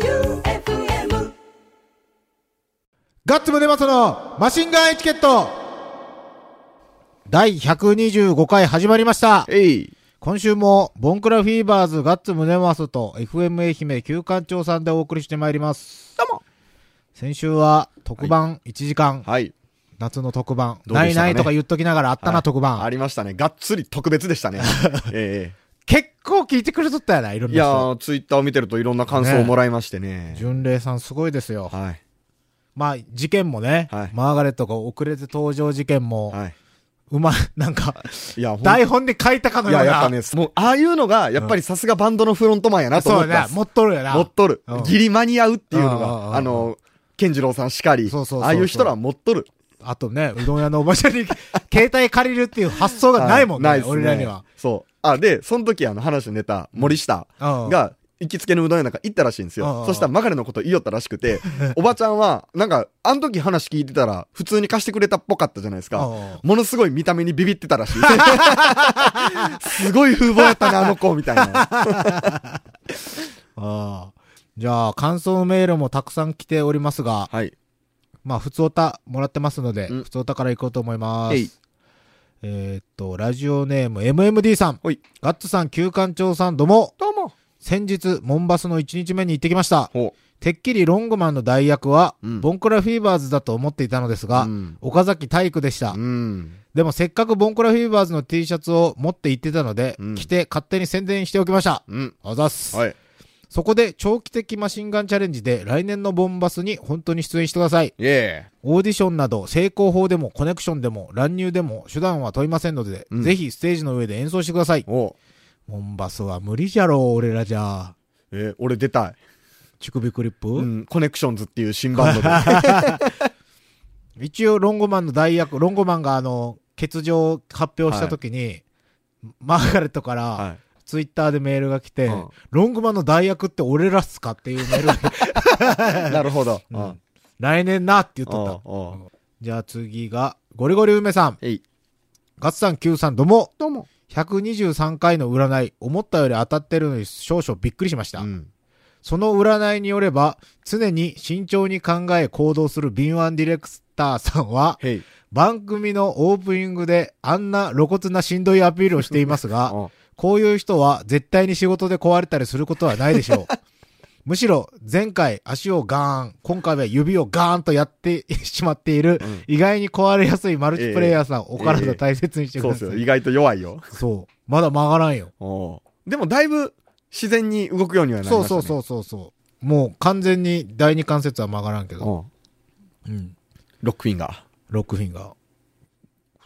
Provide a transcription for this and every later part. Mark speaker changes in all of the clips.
Speaker 1: J-O-E-U-F-M
Speaker 2: ガッツムネマソのマシンガンエチケット第125回始まりました
Speaker 3: えい。
Speaker 2: 今週もボンクラフィーバーズガッツムネマソと FM 愛媛旧館長さんでお送りしてまいります。
Speaker 3: どうも
Speaker 2: 先週は特番1時間、
Speaker 3: はい。
Speaker 2: 夏の特番、
Speaker 3: どう
Speaker 2: な
Speaker 3: で
Speaker 2: い
Speaker 3: したかね
Speaker 2: ないとか言っときながらあったな特番、
Speaker 3: ありましたね。がっつり特別 でしたね。え
Speaker 2: 結構聞いてくれとったよな、いろ
Speaker 3: え
Speaker 2: ん
Speaker 3: いや
Speaker 2: な
Speaker 3: ー、ツイッターを見てるといろんな感想をもらいましてね。
Speaker 2: 人。巡礼さんすごいですよ。
Speaker 3: はい。
Speaker 2: まあ、事件もね、
Speaker 3: はい
Speaker 2: マーガレットが遅れて登場事件も、
Speaker 3: はい。
Speaker 2: うまい、なんか、
Speaker 3: い や、ほん
Speaker 2: 台本で書いたかの
Speaker 3: い
Speaker 2: よう
Speaker 3: や、
Speaker 2: な。
Speaker 3: やっぱね、もう、ああいうのが、やっぱりさすがバンドのフロントマンやなと思
Speaker 2: そ
Speaker 3: っ
Speaker 2: うやな、
Speaker 3: た
Speaker 2: 持っとるよな。
Speaker 3: 持っとる
Speaker 2: うん。
Speaker 3: ギリ間に合うっていうの
Speaker 2: うんうんうん
Speaker 3: が、あの、健次郎さんしかり、
Speaker 2: そうそうそうそう
Speaker 3: ああいう人らは持っとる。
Speaker 2: あとね、うどん屋のおばちゃんに 携帯借りるっていう発想がないもんね、
Speaker 3: はっす
Speaker 2: 俺らには。。
Speaker 3: そう。あ、で、その時あの話のネタ、森下
Speaker 2: うん
Speaker 3: が、行きつけのうどん屋なんか行ったらしいんです
Speaker 2: うんうんう
Speaker 3: よ。
Speaker 2: ん
Speaker 3: そしたらマガレのこと言いよったらしくて、おばちゃんは、なんか、あの時話聞いてたら、普通に貸してくれたっぽかったじゃないですか
Speaker 2: うんうん。
Speaker 3: ものすごい見た目にビビってたら しい。すごい風貌やったな、あの子、みたいな。
Speaker 2: ああじゃあ、感想メールもたくさん来ておりますが、
Speaker 3: はい。
Speaker 2: まあ、普通歌もらってますので、
Speaker 3: うん
Speaker 2: 普通歌からいこうと思いま
Speaker 3: えい
Speaker 2: す。えーっと、ラジオネーム MMD さん
Speaker 3: ほい。
Speaker 2: ガッツさん、旧館長さん、どうも。
Speaker 3: どうも。
Speaker 2: 先日、モンバスの1日目に行ってきました。
Speaker 3: ほ
Speaker 2: てっきりロングマンの代役は、
Speaker 3: うん
Speaker 2: ボンクラフィーバーズだと思っていたのですが、
Speaker 3: うん
Speaker 2: 岡崎体育でした
Speaker 3: う。う。ん。
Speaker 2: でもせっかくボンクラフィーバーズの T シャツを持って行ってたので、
Speaker 3: うん
Speaker 2: 着て勝手に宣伝しておきました。
Speaker 3: うん。
Speaker 2: あざっす、
Speaker 3: はい。
Speaker 2: そこで長期的マシンガンチャレンジで来年のボンバスに本当に出演してください。
Speaker 3: イェー。
Speaker 2: オーディションなど成功法でもコネクションでも乱入でも手段は問いませんので、
Speaker 3: うん
Speaker 2: ぜひステージの上で演奏してください。
Speaker 3: おう
Speaker 2: ボンバスは無理じゃろ、俺らじゃ。
Speaker 3: えー、俺出たい。
Speaker 2: 乳首クリップ、
Speaker 3: うん。コネクションズっていう新 バンドで。
Speaker 2: 一応ロンゴマンの代役、ロンゴマンがあの、欠場を発表した時に、マーガレットから、
Speaker 3: はい。
Speaker 2: ツイッターでメールが来て、
Speaker 3: うん
Speaker 2: ロングマンの代役って俺らっすかっていうメールが
Speaker 3: なるほど。
Speaker 2: う
Speaker 3: うんん。
Speaker 2: 来年なって言っとった。
Speaker 3: おうおう
Speaker 2: じゃあ次が、ゴリゴリ梅さん。
Speaker 3: えい。
Speaker 2: ガッツさん、Q さん、どうも。
Speaker 3: どうも。
Speaker 2: 123回の占い、思ったより当たってるのに少々びっくりしました。
Speaker 3: うん。
Speaker 2: その占いによれば、常に慎重に考え行動する敏腕ディレクターさんは、
Speaker 3: へい。
Speaker 2: 番組のオープニングであんな露骨なしんどいアピールをしています が、こういう人は絶対に仕事で壊れたりすることはないで しょう。むしろ前回足をガーン、今回は指をガーンとやってしまっている、
Speaker 3: うん
Speaker 2: 意外に壊れやすいマルチプレイヤーさん、お
Speaker 3: え
Speaker 2: 体
Speaker 3: え
Speaker 2: 大切にしてく
Speaker 3: そう
Speaker 2: だ
Speaker 3: っす
Speaker 2: さい。
Speaker 3: よ。意外と弱いよ。
Speaker 2: そう。まだ曲がらんよ。
Speaker 3: でもだいぶ自然に動くようにはなり
Speaker 2: そ
Speaker 3: ま
Speaker 2: う
Speaker 3: したね。
Speaker 2: そうそうそうそう。もう完全に第二関節は曲がらんけど、
Speaker 3: うん。
Speaker 2: うん。
Speaker 3: ロックフィンガー。
Speaker 2: ロックフィンガー。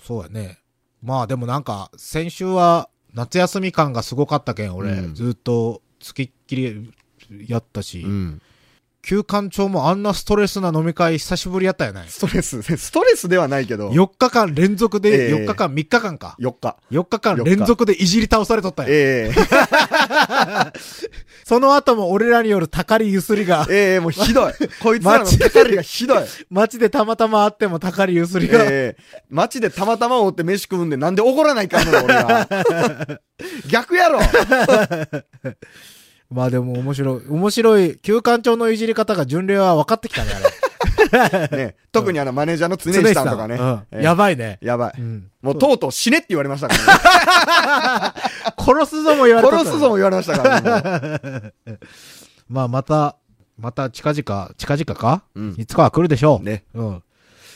Speaker 2: そうやね。まあでもなんか、先週は夏休み感がすごかったけん、俺、
Speaker 3: うん
Speaker 2: ずっと付きっきりやったし、
Speaker 3: ん。
Speaker 2: 休館長もあんなストレスな飲み会久しぶりやったよね。
Speaker 3: ストレス、 ストレスではないけど、
Speaker 2: 4日間連続で、
Speaker 3: ええ
Speaker 2: 4日間、3日間か。
Speaker 3: 4日。
Speaker 2: 4日間連続でいじり倒されとったよ。
Speaker 3: え
Speaker 2: その後も俺らによるたかりゆすりが
Speaker 3: え、ええ、もう ひどい。こいつらの怒りがひ どい。
Speaker 2: 街でたまたま会ってもたかりゆすりが、
Speaker 3: ええ街でたまたま追って飯食うんでなんで怒らないかんのよ俺が。 逆やろ
Speaker 2: まあでも面白い。面白い。休館長のいじり方が巡礼は分かってきたね、あれ。
Speaker 3: ね、特にあのマネージャー の常
Speaker 2: 常
Speaker 3: 石
Speaker 2: 石
Speaker 3: さ
Speaker 2: さ
Speaker 3: ん
Speaker 2: ん
Speaker 3: とかね。
Speaker 2: うん
Speaker 3: ええ
Speaker 2: やばいね。
Speaker 3: やばい。
Speaker 2: うん
Speaker 3: もうとうとう死ねって言われましたからね。
Speaker 2: 殺すぞも 言われとった
Speaker 3: 殺すぞも言われましたからね。もう
Speaker 2: まあまた、また近々、近々か、
Speaker 3: うん
Speaker 2: いつかは来るでしょう。
Speaker 3: ね。
Speaker 2: うん。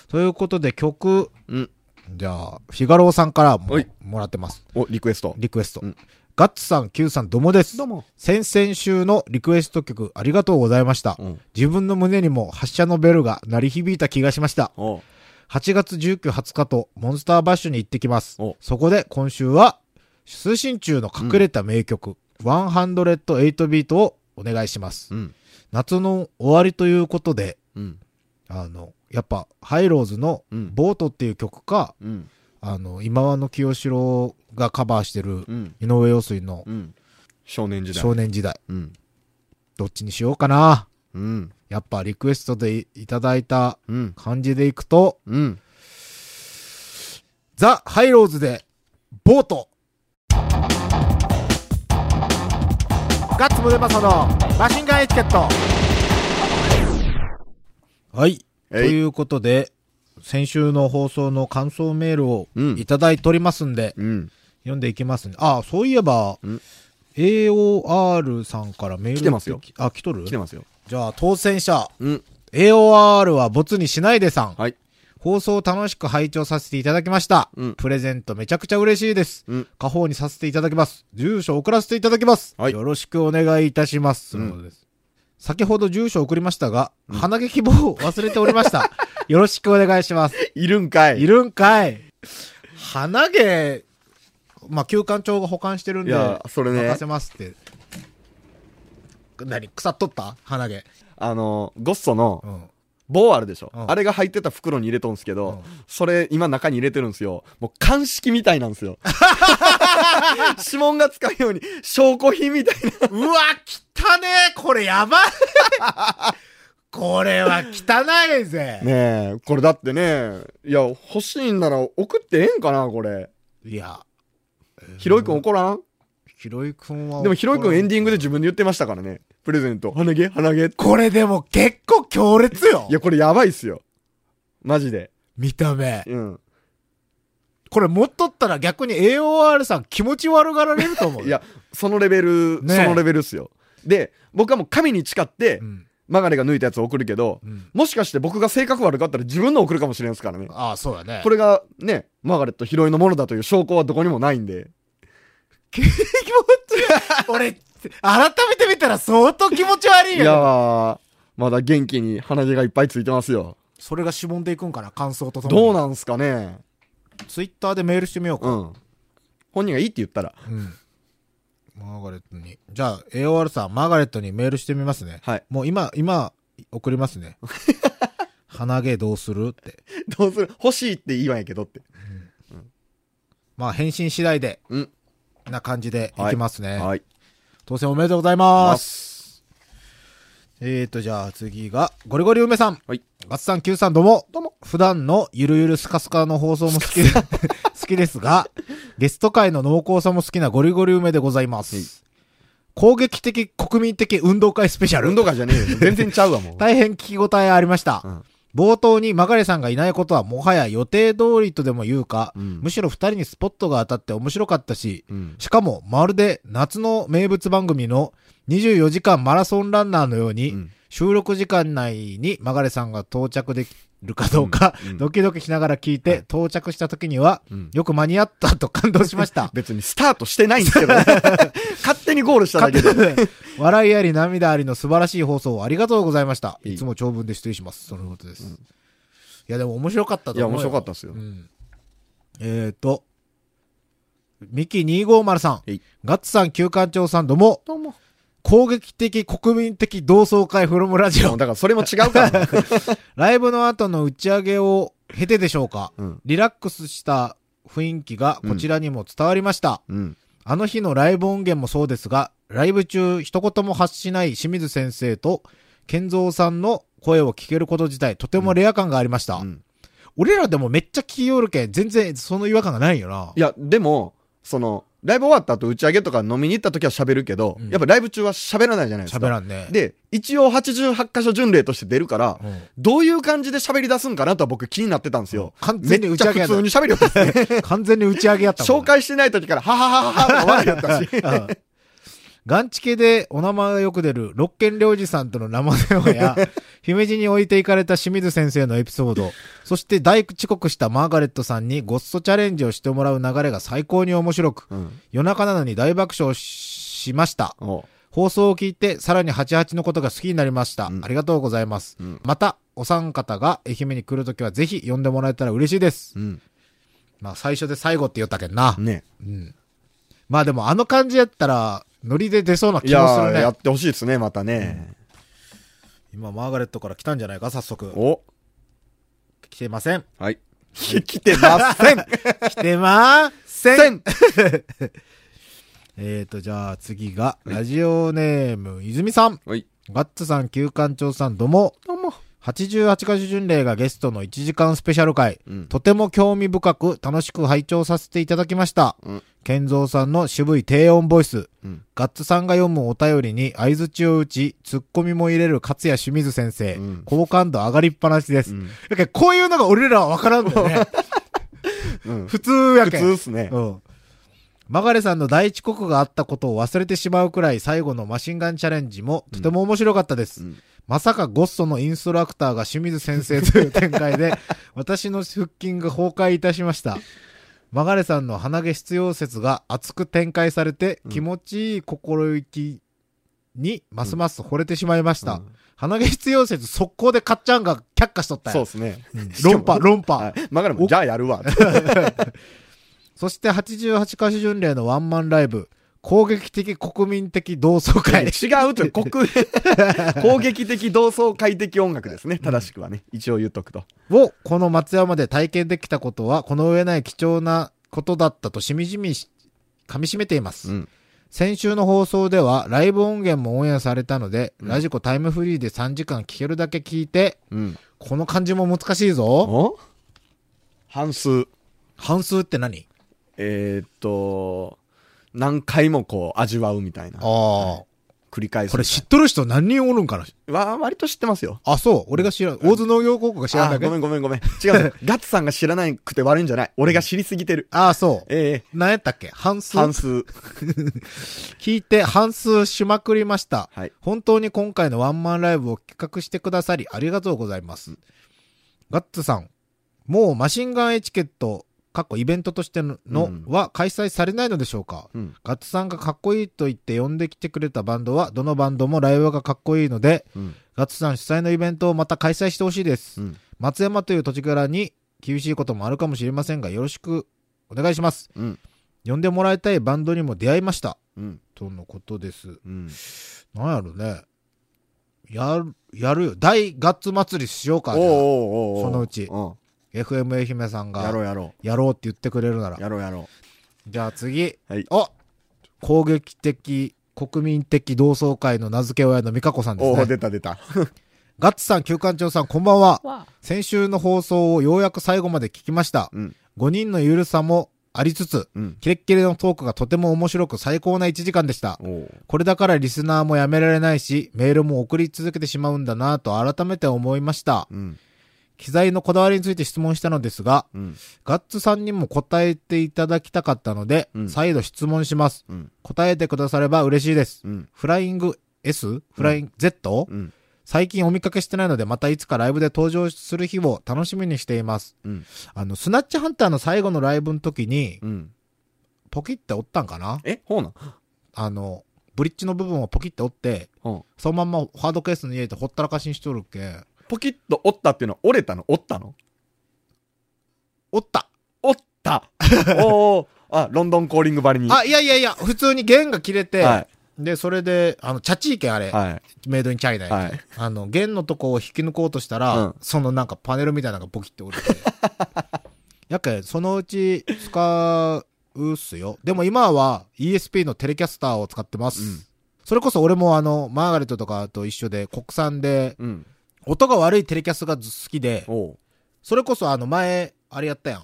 Speaker 2: ということで曲、
Speaker 3: うん。
Speaker 2: じゃあ、フィガローさんからも
Speaker 3: はい
Speaker 2: もらってます。
Speaker 3: お、リクエスト。
Speaker 2: リクエスト。
Speaker 3: うん
Speaker 2: ガッツさん、Q さん、どうもです。
Speaker 3: どうも
Speaker 2: 先々週のリクエスト曲、ありがとうございました。
Speaker 3: うん
Speaker 2: 自分の胸にも発射のベルが鳴り響いた気がしました。
Speaker 3: おう
Speaker 2: 8月19、20日と、モンスターバッシュに行ってきます
Speaker 3: お。
Speaker 2: そこで、今週は、通信中の隠れた名曲、108ビートをお願いします。
Speaker 3: うん。
Speaker 2: 夏の終わりということで、
Speaker 3: うん。
Speaker 2: あの、やっぱ、ハイローズの、
Speaker 3: うん
Speaker 2: ボートっていう曲か、
Speaker 3: うん。
Speaker 2: あの、今和の清志郎がカバーしてる
Speaker 3: う、ん。
Speaker 2: 井上陽水の
Speaker 3: うん。少年時代。
Speaker 2: 少年時代、
Speaker 3: うん。
Speaker 2: どっちにしようかな。
Speaker 3: うん。
Speaker 2: やっぱ、リクエストでいただいた
Speaker 3: うん。
Speaker 2: 感じでいくと、
Speaker 3: うん。
Speaker 2: ザ・ハイローズで、ボート。ガッツムデパソのマシンガンエチケットはい。と
Speaker 3: えい
Speaker 2: いうことで、先週の放送の感想メールを
Speaker 3: うん
Speaker 2: いただいておりますんで、
Speaker 3: うん。
Speaker 2: 読んでいきますね。あ、そういえば
Speaker 3: ん、
Speaker 2: AOR さんからメール
Speaker 3: 来てますよ
Speaker 2: きあ、来とる
Speaker 3: 来てますよ。
Speaker 2: じゃあ、当選者、
Speaker 3: うん。
Speaker 2: AOR はボツにしないでさん。
Speaker 3: はい。
Speaker 2: 放送を楽しく拝聴させていただきました。
Speaker 3: うん
Speaker 2: プレゼントめちゃくちゃ嬉しいです。
Speaker 3: うん
Speaker 2: 過方にさせていただきます。住所送らせていただきます。
Speaker 3: はい
Speaker 2: よろしくお願いいたします。
Speaker 3: うん
Speaker 2: そうです先ほど住所送りましたが、鼻毛希望を忘れておりま した。よろしくお願いします。
Speaker 3: いるんかい。
Speaker 2: いるんかい鼻毛、まあ、休館長が保管してるんで、
Speaker 3: いやそれね
Speaker 2: 任せますって。何腐っとった鼻毛。
Speaker 3: あの、ゴッソの
Speaker 2: うん。
Speaker 3: 棒あるでしょ。
Speaker 2: うん
Speaker 3: あれが入ってた袋に入れとんすけど、
Speaker 2: うん
Speaker 3: それ今中に入れてるんすよ。もう鑑識みたいなんです よ。指紋が使うように証拠品みたいな。
Speaker 2: うわ、汚ねえこれやばいこれは汚いぜ、
Speaker 3: ねえ、これだってね、いや、欲しいんなら送ってええんかな、これ。
Speaker 2: いや、
Speaker 3: ひろいくん怒らん
Speaker 2: ひろゆくんは。
Speaker 3: でもひろいくんエンディングで
Speaker 2: で。
Speaker 3: 自分で言ってましたからね。プレゼント。鼻毛鼻毛って
Speaker 2: これでも結構強烈よ
Speaker 3: いや、これやばいっすよ。マジで。
Speaker 2: 見た目。
Speaker 3: うん。
Speaker 2: これ持っとったら逆に AOR さん気持ち悪がられると思う。
Speaker 3: いや、そのレベル、
Speaker 2: ねえ
Speaker 3: そのレベルっすよ。で、僕はもう神に誓って
Speaker 2: う、ん。
Speaker 3: マガレが抜いたやつを送るけど、
Speaker 2: うん。
Speaker 3: もしかして僕が性格悪かったら自分の送るかもしれんすからね。
Speaker 2: ああ、そうだね。
Speaker 3: こ
Speaker 2: れ、
Speaker 3: れがね、マガレット拾いのものだという証拠はどこにもないんで。
Speaker 2: 俺、改めて見たら相当気持ち悪い
Speaker 3: い
Speaker 2: よ。
Speaker 3: やー、まだ元気に鼻毛がいっぱいついてますよ。
Speaker 2: それがしぼんでいくんかな、感想とともに。
Speaker 3: どうんなんすかね。
Speaker 2: ツイッターでメールしてみよう
Speaker 3: う
Speaker 2: か。
Speaker 3: ん。本人がいいって言ったら。
Speaker 2: うん。マーガレットに。じゃあ、AOR さん、マーガレットにメールしてみますね。
Speaker 3: はい。
Speaker 2: もう今、今、送りますね。鼻毛どうするって。
Speaker 3: どうする欲しいって言わんやけどって。
Speaker 2: まあ、返信次第で、
Speaker 3: うん
Speaker 2: な感じでいきますね。
Speaker 3: はい。
Speaker 2: 当選おめでとうございます。えーと、じゃあ次が、ゴリゴリ梅さん。
Speaker 3: はい。
Speaker 2: ガッツさん、Q さん、どうも。
Speaker 3: どうも。
Speaker 2: 普段のゆるゆるスカスカの放送も好き で、好きですが、ゲスト界の濃厚さも好きなゴリゴリ梅でございま
Speaker 3: はい
Speaker 2: す。攻撃的国民的運動会スペシャル
Speaker 3: 運。動会じゃねえよ。全然ちゃうわ、 もう。
Speaker 2: 大変聞き応えありました。
Speaker 3: うん
Speaker 2: 冒頭にマガレさんがいないことはもはや予定通りとでも言うか、
Speaker 3: うん
Speaker 2: むしろ二人にスポットが当たって面白かったし、
Speaker 3: うん。
Speaker 2: しかもまるで夏の名物番組の24時間マラソンランナーのように、
Speaker 3: うん
Speaker 2: 収録時間内にマガレさんが到着できるかどうか、
Speaker 3: うんうん
Speaker 2: ドキドキしながら聞いて、到着した時には、
Speaker 3: うん
Speaker 2: よく間に合ったと感動しま した。
Speaker 3: 別にスタートしてないんですけど ね。勝手にゴールしただけで。
Speaker 2: 笑いあり涙ありの素晴らしい放送をありがとうございました。
Speaker 3: いい
Speaker 2: いつも長文で失礼します。そのことです。いや、でも面白かったと思うよ。
Speaker 3: いや面白かったっすよ
Speaker 2: うんえっ、ー、と、ミキ250さ
Speaker 3: はい
Speaker 2: ん、ガッツさん、旧館長さんどうも、
Speaker 3: どうも。
Speaker 2: 攻撃的国民的同窓会フロムラジ
Speaker 3: だ
Speaker 2: オ、
Speaker 3: からそれも違う からね。
Speaker 2: ライブの後の打ち上げを経てでしょうか、
Speaker 3: うん
Speaker 2: リラックスした雰囲気がこちらにも伝わりました。
Speaker 3: うん。
Speaker 2: あの日のライブ音源もそうですが、ライブ中一言も発しない清水先生と、健三さんの声を聞けること自体、とてもレア感がありました。
Speaker 3: うん
Speaker 2: 俺らでもめっちゃ聞きよるけん、全然その違和感がないよな。
Speaker 3: いや、でも、その、ライブ終わった後打ち上げとか飲みに行った時は喋るけど、
Speaker 2: うん
Speaker 3: やっぱライブ中は喋らないじゃないですか。
Speaker 2: 喋らんね。
Speaker 3: で、一応88箇所巡礼として出るから、
Speaker 2: うん
Speaker 3: どういう感じで喋り出すんかなとは僕気になってたんですよ。
Speaker 2: 完
Speaker 3: め
Speaker 2: 全
Speaker 3: っ
Speaker 2: に打
Speaker 3: ち
Speaker 2: ち
Speaker 3: ゃ
Speaker 2: 上げ
Speaker 3: 普
Speaker 2: や
Speaker 3: 通
Speaker 2: な
Speaker 3: に喋りよったんですね。
Speaker 2: 完全に 打ち上げやったもん
Speaker 3: 紹介してない時から、ははははははって笑いよった
Speaker 2: う
Speaker 3: し。
Speaker 2: んガンチ系でお名前がよく出る六軒良治さんとの生電話 や、姫路に置いていかれた清水先生のエピソード、そして大遅刻したマーガレットさんにごっそチャレンジをしてもらう流れが最高に面白く、
Speaker 3: うん。
Speaker 2: 夜中なのに大爆笑しました。
Speaker 3: おう
Speaker 2: 放送を聞いて、さらに88のことが好きになりました。
Speaker 3: うん
Speaker 2: ありがとうございます。
Speaker 3: うん
Speaker 2: また、お三方が愛媛に来るときはぜひ呼んでもらえたら嬉しいです。
Speaker 3: うん。
Speaker 2: まあ最初で最後って言ったけんな。
Speaker 3: ね。
Speaker 2: うん。まあでもあの感じやったら、ノリで出そうない気
Speaker 3: や
Speaker 2: もす
Speaker 3: ー、
Speaker 2: る
Speaker 3: や
Speaker 2: ね
Speaker 3: っ。てほしいですね、またね。
Speaker 2: 今、マーガレットから来たんじゃないか、早速。
Speaker 3: お。
Speaker 2: 来てません。
Speaker 3: はい。来てません。
Speaker 2: 来てまーせん
Speaker 3: せ ん。
Speaker 2: えーと、じゃあ次が、ラジオネーム、泉さん。
Speaker 3: はい。
Speaker 2: ガッツさん、旧館長さん、どうも。
Speaker 3: どうも。
Speaker 2: 88カ所巡礼がゲストの1時間スペシャル回、
Speaker 3: うん
Speaker 2: とても興味深く楽しく拝聴させていただきました。
Speaker 3: うん
Speaker 2: 健三さんの渋い低音ボイス、
Speaker 3: うん
Speaker 2: ガッツさんが読むお便りに相槌を打ち、ツッコミも入れる勝谷清水先生、
Speaker 3: うん
Speaker 2: 好感度上がりっぱなしです。
Speaker 3: うん
Speaker 2: だけどこういうのが俺らは分からんだよね。
Speaker 3: うん
Speaker 2: 普通や
Speaker 3: 普
Speaker 2: けん。
Speaker 3: 通っすね。
Speaker 2: うん。マガレさんの第一国があったことを忘れてしまうくらい最後のマシンガンチャレンジもとても面白かったです。
Speaker 3: うん
Speaker 2: まさかゴッソのインストラクターが清水先生という展開で 私の腹筋が崩壊いたしました。マガレさんの鼻毛必要説が熱く展開されて
Speaker 3: うん
Speaker 2: 気持ちいい心意気にますます惚れてしまいました。鼻毛必要説速攻でカッチャンが却下しとった
Speaker 3: そう
Speaker 2: よ
Speaker 3: っ。すね。
Speaker 2: 論破、論破。
Speaker 3: はい。曲がるもんじゃあやる わ。
Speaker 2: そして88カ所巡礼のワンマンライブ、攻撃的国民的同窓
Speaker 3: 違
Speaker 2: 会。
Speaker 3: うと、国、 攻撃的同窓会的音楽ですね。正しくはね。一応言っとくと。
Speaker 2: をこの松山で体験できたことはこの上ない貴重なことだったとしみじみし噛み締めています、
Speaker 3: うん
Speaker 2: 先週の放送ではライブ音源もオンエアされたので、
Speaker 3: うん
Speaker 2: ラジコタイムフリーで3時間聴けるだけ聞いて
Speaker 3: うん。
Speaker 2: この漢字も難しいぞ
Speaker 3: お半数。
Speaker 2: 半数って何
Speaker 3: えーっと、何回もこう味わうみたいな
Speaker 2: あ。あ、
Speaker 3: 繰り返す。
Speaker 2: これ知っとる人何人おるんかな
Speaker 3: わ、割と知ってますよ。
Speaker 2: あそう俺が知らん大津農業高校が知らん
Speaker 3: あ
Speaker 2: だ
Speaker 3: ー
Speaker 2: け
Speaker 3: ごめんごめんごめん。違 う。ガッツさんが知らなくて悪いんじゃない。俺が知りすぎてる。
Speaker 2: ああそう
Speaker 3: ええ
Speaker 2: 何やったっけ半数
Speaker 3: 半数。
Speaker 2: 聞いて反数しまくりました。
Speaker 3: はい。
Speaker 2: 本当に今回のワンマンライブを企画してくださりありがとうございます。ガッツさん、もうマシンガンエチケット、かっこイベントとしての
Speaker 3: うん
Speaker 2: は開催されないのでしょうか、
Speaker 3: うん。
Speaker 2: ガッツさんがかっこいいと言って呼んできてくれたバンドは、どのバンドもライブがかっこいいので、
Speaker 3: うん。
Speaker 2: ガッツさん主催のイベントをまた開催してほしいです。
Speaker 3: うん。
Speaker 2: 松山という土地柄に厳しいこともあるかもしれませんが、よろしくお願いします。
Speaker 3: うん。
Speaker 2: 呼んでもらいたいバンドにも出会いました。
Speaker 3: うん。
Speaker 2: とのことです。
Speaker 3: うん。
Speaker 2: なんやろね。やる、やるよ。大ガッツ祭りしよう
Speaker 3: お
Speaker 2: か。
Speaker 3: ーおー
Speaker 2: じゃあ
Speaker 3: おーおー
Speaker 2: そのうち
Speaker 3: う
Speaker 2: FM 愛媛さん
Speaker 3: ん。や
Speaker 2: が、
Speaker 3: ろうやろ
Speaker 2: やろうって言ってくれるな
Speaker 3: う。
Speaker 2: ら。
Speaker 3: やろうやろ
Speaker 2: じゃあ次。
Speaker 3: う。はい。
Speaker 2: お攻撃的、国民的同窓会の名付け親の美香子さんで
Speaker 3: おおー、
Speaker 2: すね。
Speaker 3: 出た出た。
Speaker 2: ガッツさん、旧館長さん、こんばんは。先週の放送をようやく最後まで聞きました。
Speaker 3: うん。
Speaker 2: 5人のゆるさもありつつ、
Speaker 3: うん。
Speaker 2: キレッキレのトークがとても面白く最高な1時間でした。
Speaker 3: おお。
Speaker 2: これだからリスナーもやめられないし、メールも送り続けてしまうんだなと改めて思いました。
Speaker 3: うん。
Speaker 2: 機材のこだわりについて質問したのですが、
Speaker 3: うん。
Speaker 2: ガッツさんにも答えていただきたかったので、
Speaker 3: うん
Speaker 2: 再度質問します。
Speaker 3: うん。
Speaker 2: 答えてくだされば嬉しいです。
Speaker 3: うん。
Speaker 2: フライング S? フライング Z?、
Speaker 3: うん。
Speaker 2: 最近お見かけしてないので、またいつかライブで登場する日を楽しみにしています。
Speaker 3: うん。
Speaker 2: あの、スナッチハンターの最後のライブの時に、
Speaker 3: うん。
Speaker 2: ポキって折ったんかな
Speaker 3: え、ほうなん
Speaker 2: あの、ブリッジの部分をポキって折って、
Speaker 3: うん。
Speaker 2: そのまんまハードケースに入れてほったらかしにしとるけん。
Speaker 3: ポキッと折ったっていうのは折れたの折ったの
Speaker 2: おった
Speaker 3: 折ったおーあ、ロンドンコーリングばりに。
Speaker 2: あ、いやいやいや、普通に弦が切れて、
Speaker 3: は
Speaker 2: で、それで、あの、チャチーけんあれ、
Speaker 3: い。はい。
Speaker 2: メイドインチャイナやけん、
Speaker 3: はい
Speaker 2: あの、弦のとこを引き抜こうとしたら、
Speaker 3: うん
Speaker 2: そのなんかパネルみたいなのがボキって折れ て。やけん、そのうち使うっすよ。でも今は ESP のテレキャスターを使ってます。
Speaker 3: うん
Speaker 2: それこそ俺もあの、マーガレットとかと一緒で国産で、
Speaker 3: うん。
Speaker 2: 音が悪いテレキャスが好きで、
Speaker 3: おう
Speaker 2: それこそあの前、あれやったやん。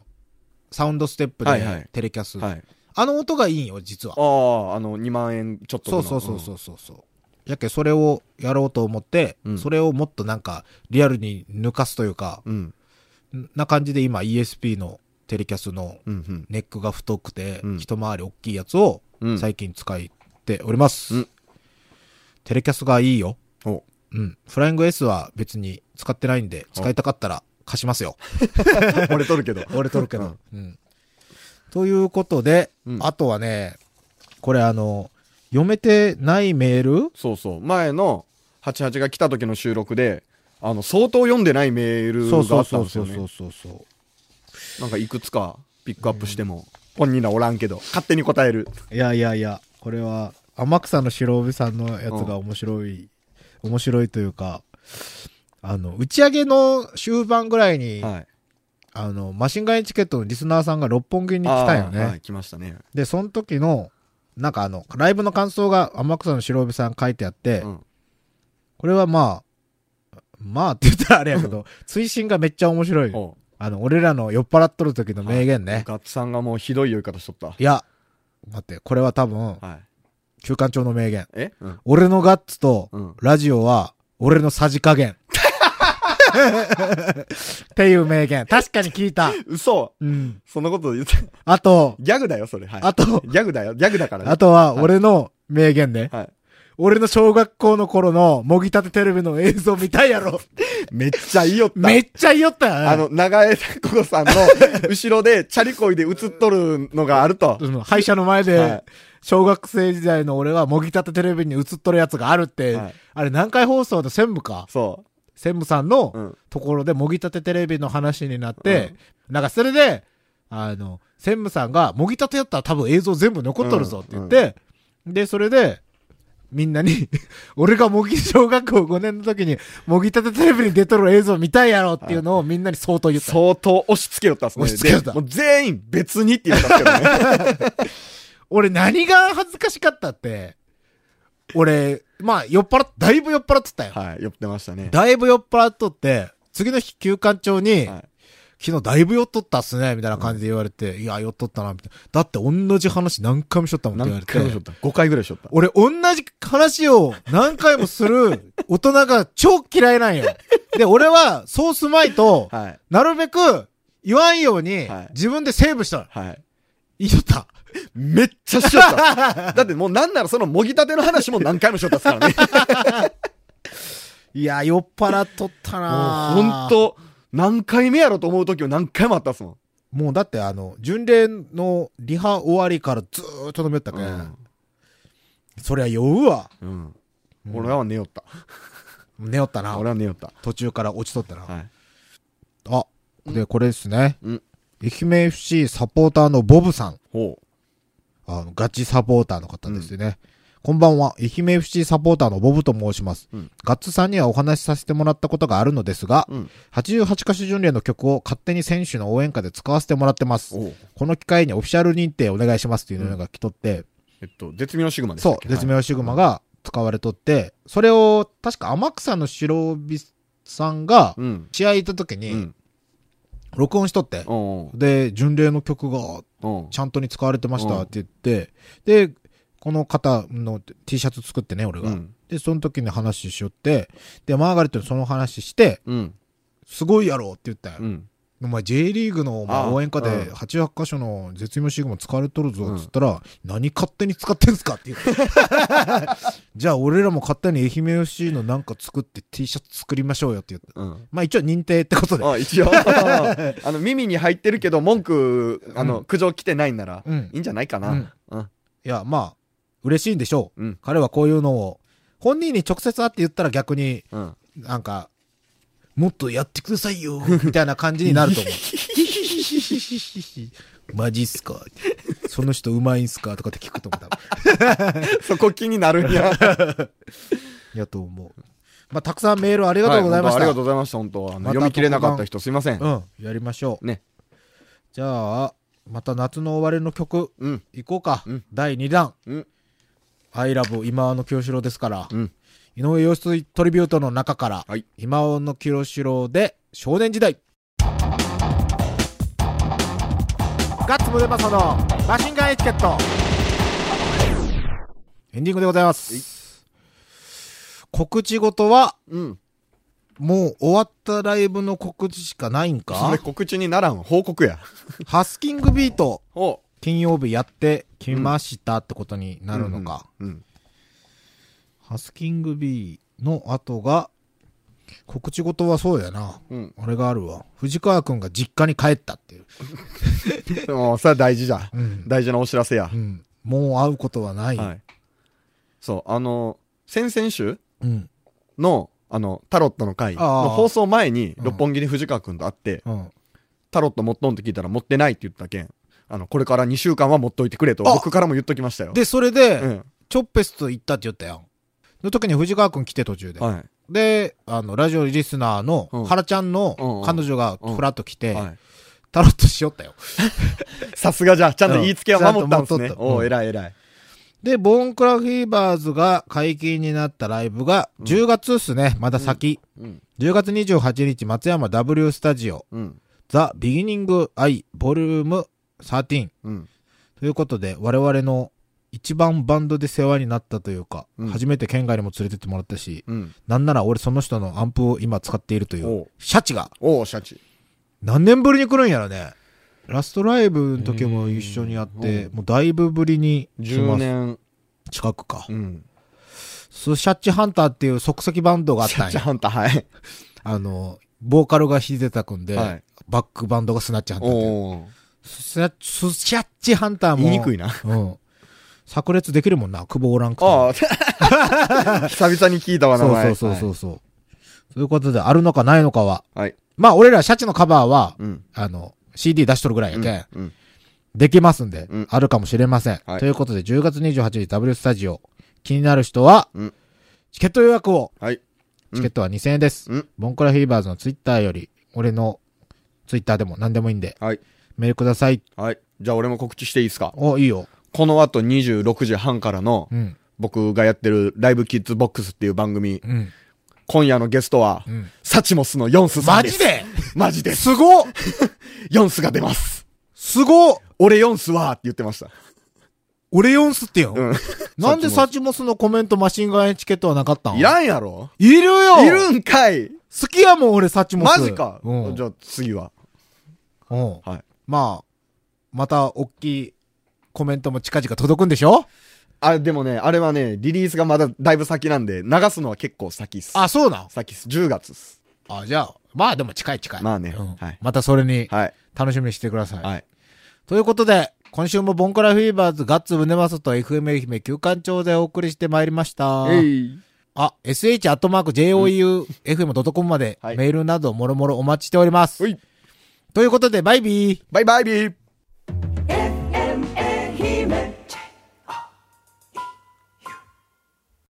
Speaker 2: サウンドステップ
Speaker 3: はいは
Speaker 2: で
Speaker 3: い
Speaker 2: テレキャス。
Speaker 3: はい。
Speaker 2: あの音がいいんよ、実は。
Speaker 3: ああ、あの、2万円ちょっと
Speaker 2: そう
Speaker 3: の
Speaker 2: そうそうそうそうそう。やけ、それをやろうと思って、
Speaker 3: うん
Speaker 2: それをもっとなんか、リアルに抜かすというか、
Speaker 3: うん。
Speaker 2: んな感じで今 ESP のテレキャスの
Speaker 3: うん。うん。
Speaker 2: ネックが太くて、
Speaker 3: うん
Speaker 2: 一回り大きいやつを
Speaker 3: うん
Speaker 2: 最近使っております。
Speaker 3: うん
Speaker 2: テレキャスがいいよ。
Speaker 3: お
Speaker 2: うん。フライング S は別に使ってないんで、使いたかったら貸しますよ。
Speaker 3: 折れとるけど。
Speaker 2: 俺取るけ ど。うん。ということで、
Speaker 3: うん
Speaker 2: あとはね、これあの、読めてないメール
Speaker 3: そうそう。前の88が来た時の収録で、あの、相当読んでないメール
Speaker 2: そう
Speaker 3: が
Speaker 2: そ
Speaker 3: あ
Speaker 2: う
Speaker 3: った
Speaker 2: そ
Speaker 3: ん
Speaker 2: う
Speaker 3: です
Speaker 2: そ
Speaker 3: よ
Speaker 2: う
Speaker 3: ね
Speaker 2: そ。うそうそう。
Speaker 3: なんかいくつかピックアップしても、本人らおらんけど、勝手に答える。
Speaker 2: いやいやいや、これは、天草の白帯さんのやつが面白い、面白いというか、あの、打ち上げの終盤ぐらいに、
Speaker 3: はい。
Speaker 2: あの、マシンガンエチケットのリスナーさんが六本木に来たよね。
Speaker 3: あーはい、来ましたね。
Speaker 2: で、その時の、なんかあの、ライブの感想が天草の白帯さん書いてあって、
Speaker 3: うん。
Speaker 2: これはまあ、まあって言ったらあれやけど、追伸がめっちゃ面白い。
Speaker 3: おう
Speaker 2: あの、俺らの酔っ払っとる時の名言ね。
Speaker 3: ガッツさんがもうひどい言い方しとった
Speaker 2: い、や、待って、これは多分、
Speaker 3: はい
Speaker 2: 旧館長の名言。
Speaker 3: え、うん、
Speaker 2: 俺のガッツと
Speaker 3: うん、
Speaker 2: ラジオは、俺のさじ加減。っていう名言。確かに聞いた。
Speaker 3: 嘘
Speaker 2: うん。
Speaker 3: そんなこと言って
Speaker 2: あと、
Speaker 3: ギャグだよそれはい
Speaker 2: あと
Speaker 3: ギャグだよギャグだからね
Speaker 2: あとは、俺の名言ね。
Speaker 3: はい
Speaker 2: 俺の小学校の頃の、もぎたてテレビの映像見たいやろ。
Speaker 3: めっちゃいいよった
Speaker 2: めっちゃ酔ったよね。
Speaker 3: あの、長江拓子さんの後ろでチャリこいで映っとるのがあると。
Speaker 2: うん、歯医者の前
Speaker 3: は
Speaker 2: で
Speaker 3: い、
Speaker 2: 小学生時代の俺はもぎたてテレビに映っとるやつがあるって、
Speaker 3: はい
Speaker 2: あれ南海放送の専務か。
Speaker 3: そ
Speaker 2: 専務さんの
Speaker 3: う。うん。
Speaker 2: ところでもぎたてテレビの話になって、なんかそれで、あの、専務さんが、もぎたてやったら多分映像全部残っとるぞって言って、で、それで、みんなに、 俺がもぎ小学校5年の時に、もぎたてテレビに出とる映像見たいやろっていうのをみんなに相当言った。
Speaker 3: 相当押し付けよったっすね。
Speaker 2: 押し付けよった
Speaker 3: でもう全員別にって言ったんですけ どね。
Speaker 2: 俺何が恥ずかしかったって、俺、まあ酔っ払っ、だいぶ酔っ払ってたよ。
Speaker 3: はい。酔ってましたね。
Speaker 2: だいぶ酔っ払っとって、次の日休館長に、
Speaker 3: はい
Speaker 2: 昨日だいぶ酔っとったっすね、みたいな感じで言われて、いや、酔っとったな、みたいな。だって同じ話何回もしとったもんって言わ
Speaker 3: 何
Speaker 2: れ
Speaker 3: 回もしょ
Speaker 2: て
Speaker 3: っ。た ?5 回ぐらいしょった。
Speaker 2: 俺、同じ話を何回もする 大人が超嫌いなんよ。で、俺は、そうすまいと、
Speaker 3: はい。
Speaker 2: なるべく言わんように
Speaker 3: はい、
Speaker 2: 自分でセーブしたの。
Speaker 3: はい。
Speaker 2: 言いとった。
Speaker 3: めっちゃしよった。 だってもうなんならそのもぎたての話も何回もしよったっすから ね。
Speaker 2: いや、酔っ払っとったな
Speaker 3: もうほんと、何回目やろと思う時も何回もあったっすもん。
Speaker 2: もうだってあの、巡礼のリハ終わりからずーっと飲みよったけ、
Speaker 3: うん
Speaker 2: ん、そりゃ酔うわ。
Speaker 3: うん。俺は寝よった。
Speaker 2: 寝よったな。
Speaker 3: 俺は寝よった。
Speaker 2: 途中から落ちとったな。
Speaker 3: はい。
Speaker 2: あ、で、これですね。
Speaker 3: うん
Speaker 2: 愛媛 FC サポーターのボブさん。
Speaker 3: ほ
Speaker 2: あの、ガチサポーターの方ですね。こんばんは。愛媛 FC サポーターのボブと申します。
Speaker 3: うん
Speaker 2: ガッツさんにはお話しさせてもらったことがあるのですが、
Speaker 3: うん
Speaker 2: 88歌手巡礼の曲を勝手に選手の応援歌で使わせてもらってます。
Speaker 3: おう
Speaker 2: この機会にオフィシャル認定お願いしますというのが来とって、
Speaker 3: えっと、絶妙のシグマでしたっ
Speaker 2: そ
Speaker 3: け
Speaker 2: う、絶。妙シグマが使われとって、それを、確か天草の白帯さんが
Speaker 3: はい、うん。
Speaker 2: 試合行った時
Speaker 3: う
Speaker 2: に、
Speaker 3: ん。
Speaker 2: 録音しとって、
Speaker 3: おう
Speaker 2: で、巡礼の曲が、
Speaker 3: おう
Speaker 2: ちゃんとに使われてまし
Speaker 3: うん
Speaker 2: たって言って、で、この方の T シャツ作ってね、俺
Speaker 3: う
Speaker 2: が。
Speaker 3: ん。
Speaker 2: で、その時に話しよって、で、マーガレットにその話して、
Speaker 3: うん。
Speaker 2: すごいやろって言ったよ。
Speaker 3: うん。
Speaker 2: お前 J リーグのお前
Speaker 3: ああ
Speaker 2: 応援歌
Speaker 3: う
Speaker 2: で
Speaker 3: ん
Speaker 2: 88箇所の絶妙シグマ使われとるぞ
Speaker 3: うん
Speaker 2: っつったら、何勝手に使ってんすかっていう。 じゃあ俺らも勝手に愛媛 FC のなんか作って T シャツ作りましょうよって言って。
Speaker 3: うん。
Speaker 2: まあ一応認定ってことで。
Speaker 3: あ、一応。あの、耳に入ってるけど、文句、あの、苦情来てないんなら、
Speaker 2: うん
Speaker 3: いいんじゃないか
Speaker 2: うん
Speaker 3: な。うん。
Speaker 2: いや、まあ、嬉しいんでしょう。
Speaker 3: うん
Speaker 2: 彼はこういうのを、本人に直接会って言ったら逆に
Speaker 3: うん。
Speaker 2: なんか、もっとやってくださいよ、みたいな感じになると思う。マジっすかその人うまいんすかとかって聞くと思う多分。
Speaker 3: そこ気になるんや。あ
Speaker 2: やと思う。まあ、たくさんメールありがとうございまし
Speaker 3: あ
Speaker 2: た。
Speaker 3: りがとうございました、本当あの
Speaker 2: また
Speaker 3: 読み切れなかった人、すいません。
Speaker 2: うん、やりましょう。
Speaker 3: ね。
Speaker 2: じゃあ、また夏の終わりの曲、
Speaker 3: うん。
Speaker 2: いこうか。
Speaker 3: うん
Speaker 2: 第2弾。
Speaker 3: うん。
Speaker 2: アイラブ今和の清志郎ですから、
Speaker 3: うん。
Speaker 2: 井上陽水トリビュートの中から、
Speaker 3: はい
Speaker 2: 今和の清志郎で少年時代。ガッツムデパソのマシンガンエチケット。エンディングでございます。告知事は、
Speaker 3: うん。
Speaker 2: もう終わったライブの告知しかないん
Speaker 3: そ れ
Speaker 2: か
Speaker 3: 告知にならん。報告や。
Speaker 2: ハスキングビート、
Speaker 3: お
Speaker 2: 金曜日やってきましたってことになるのか。。
Speaker 3: うん。
Speaker 2: ハスキングビーの後が、告知事はそうやな。
Speaker 3: うん。
Speaker 2: 俺があるわ。藤川くんが実家に帰ったっていう。
Speaker 3: でも、それは大事じゃ
Speaker 2: う。ん。
Speaker 3: 大事なお知らせや
Speaker 2: う。ん。もう会うことはない。
Speaker 3: はい。そう、あの、先々週
Speaker 2: うん。
Speaker 3: の、あの、タロットの回
Speaker 2: あ
Speaker 3: の
Speaker 2: あ
Speaker 3: 放送前に、
Speaker 2: うん
Speaker 3: 六本木で藤川くんと会って、
Speaker 2: うん。
Speaker 3: タロット持っとんって聞いたら持ってないって言ったけん、あの、これから2週間は持っといてくれと、
Speaker 2: あ
Speaker 3: 僕からも言っときましたよ。
Speaker 2: で、それで、
Speaker 3: うん。
Speaker 2: チョッペスと行ったって言ったやん。の時に藤川くん来て途中で。
Speaker 3: は
Speaker 2: で、あの、ラジオリスナー
Speaker 3: う
Speaker 2: の
Speaker 3: ん、
Speaker 2: 原ちゃん
Speaker 3: うんう
Speaker 2: の
Speaker 3: ん
Speaker 2: 彼女がふらっと来
Speaker 3: い。
Speaker 2: て、
Speaker 3: はい。
Speaker 2: タロットしよったよ。
Speaker 3: さすがじゃあ、ちゃんと言いつけは守ったんです
Speaker 2: ち
Speaker 3: ね
Speaker 2: ゃん。と守っと
Speaker 3: お
Speaker 2: った
Speaker 3: お
Speaker 2: うん
Speaker 3: 偉い偉い。
Speaker 2: で、ボーンクラフィーバーズが解禁になったライブが、10月っすね、まだ先。
Speaker 3: うん。
Speaker 2: 10月28日、松山 W スタジオ、
Speaker 3: うん。
Speaker 2: ザ・ビギニング・アイ・ボリューム13。
Speaker 3: うん。
Speaker 2: ということで、我々の一番バンドで世話になったというか、
Speaker 3: うん
Speaker 2: 初めて県外にも連れてってもらったし、
Speaker 3: うん。
Speaker 2: なんなら俺その人のアンプを今使っているとい
Speaker 3: お
Speaker 2: う
Speaker 3: う、
Speaker 2: シャチが、
Speaker 3: おお、シャチ。
Speaker 2: 何年ぶりに来るんやろね。ラストライブの時も一緒にやっ
Speaker 3: う
Speaker 2: て、
Speaker 3: ん
Speaker 2: もうだいぶぶりに来
Speaker 3: 10
Speaker 2: ます、
Speaker 3: 年。
Speaker 2: 近くか。
Speaker 3: うん。
Speaker 2: スシャッチハンターっていう即席バンドがあっ
Speaker 3: シャ
Speaker 2: たん
Speaker 3: チ
Speaker 2: や。
Speaker 3: ハンター、 はい。
Speaker 2: あの、ボーカルが秀田くんで、
Speaker 3: はい
Speaker 2: バックバンドがスナッチハンターっていう
Speaker 3: おお。
Speaker 2: スシャスシャッチハンターも。
Speaker 3: 言いにくいな。
Speaker 2: うん。炸裂できるもんな、久保おらんくても
Speaker 3: あ あ、久々に聞いたわ、名
Speaker 2: そうそ
Speaker 3: 前。
Speaker 2: うそうそうそう。ということで、あるのかないのかは。
Speaker 3: はい。はい。
Speaker 2: まあ、俺らシャチのカバーは、
Speaker 3: うん。
Speaker 2: あの、CD 出しとるぐらいやけん、
Speaker 3: うん。
Speaker 2: できますんで、
Speaker 3: うん
Speaker 2: あるかもしれません。
Speaker 3: はい
Speaker 2: ということで、10月28日 W スタジオ、気になる人は、
Speaker 3: うん
Speaker 2: チケット予約を
Speaker 3: はい。うん
Speaker 2: チケットは2000円です。
Speaker 3: うん
Speaker 2: ボンクラフィーバーズのツイッターより、俺のツイッターでも何でもいいんで、
Speaker 3: はい。
Speaker 2: メールください。
Speaker 3: はい。じゃあ俺も告知していいですか
Speaker 2: お、いいよ。
Speaker 3: この後26時半からの
Speaker 2: うん。
Speaker 3: 僕がやってるライブキッズボックスっていう番組、
Speaker 2: うん。
Speaker 3: 今夜のゲストは
Speaker 2: うん、
Speaker 3: サチモスのヨンスさん
Speaker 2: マ
Speaker 3: です。
Speaker 2: ジで
Speaker 3: マジです。
Speaker 2: すごっ
Speaker 3: ヨンスが出ます。
Speaker 2: すごっ
Speaker 3: 俺ヨンスはって言ってました。
Speaker 2: 俺ヨンスってよ。
Speaker 3: うん。
Speaker 2: なんでサ
Speaker 3: サ
Speaker 2: チモスのコメントマシンガンエチケットはなかったん
Speaker 3: いらんやろ
Speaker 2: いるよ
Speaker 3: いるんかい
Speaker 2: 好きやもん、俺、サチモ
Speaker 3: マ
Speaker 2: ス。
Speaker 3: ジか
Speaker 2: うん。
Speaker 3: じゃあ次は。
Speaker 2: うん。
Speaker 3: はい。
Speaker 2: まあ、また、大きいコメントも近々届くんでしょ
Speaker 3: あ、でもね、あれはね、リリースがまだだいぶ先なんで、流すのは結構先っす。
Speaker 2: あ、そうなん
Speaker 3: 先っす。10月っす。
Speaker 2: あ、じゃあ、まあでも近い近い。
Speaker 3: まあね
Speaker 2: うん
Speaker 3: はい
Speaker 2: またそれに、
Speaker 3: はい。
Speaker 2: 楽しみにしてください。
Speaker 3: はい。
Speaker 2: ということで、今週もボンクラフィーバーズガッツムネマソと FM 愛媛休館長でお送りしてまいりました。
Speaker 3: えい。
Speaker 2: あ、sh.joeufm.com まで
Speaker 3: はい
Speaker 2: メールなどもろもろお待ちしております。
Speaker 3: ほい。
Speaker 2: ということで、バイビー
Speaker 3: バイバイビー
Speaker 1: FM 愛媛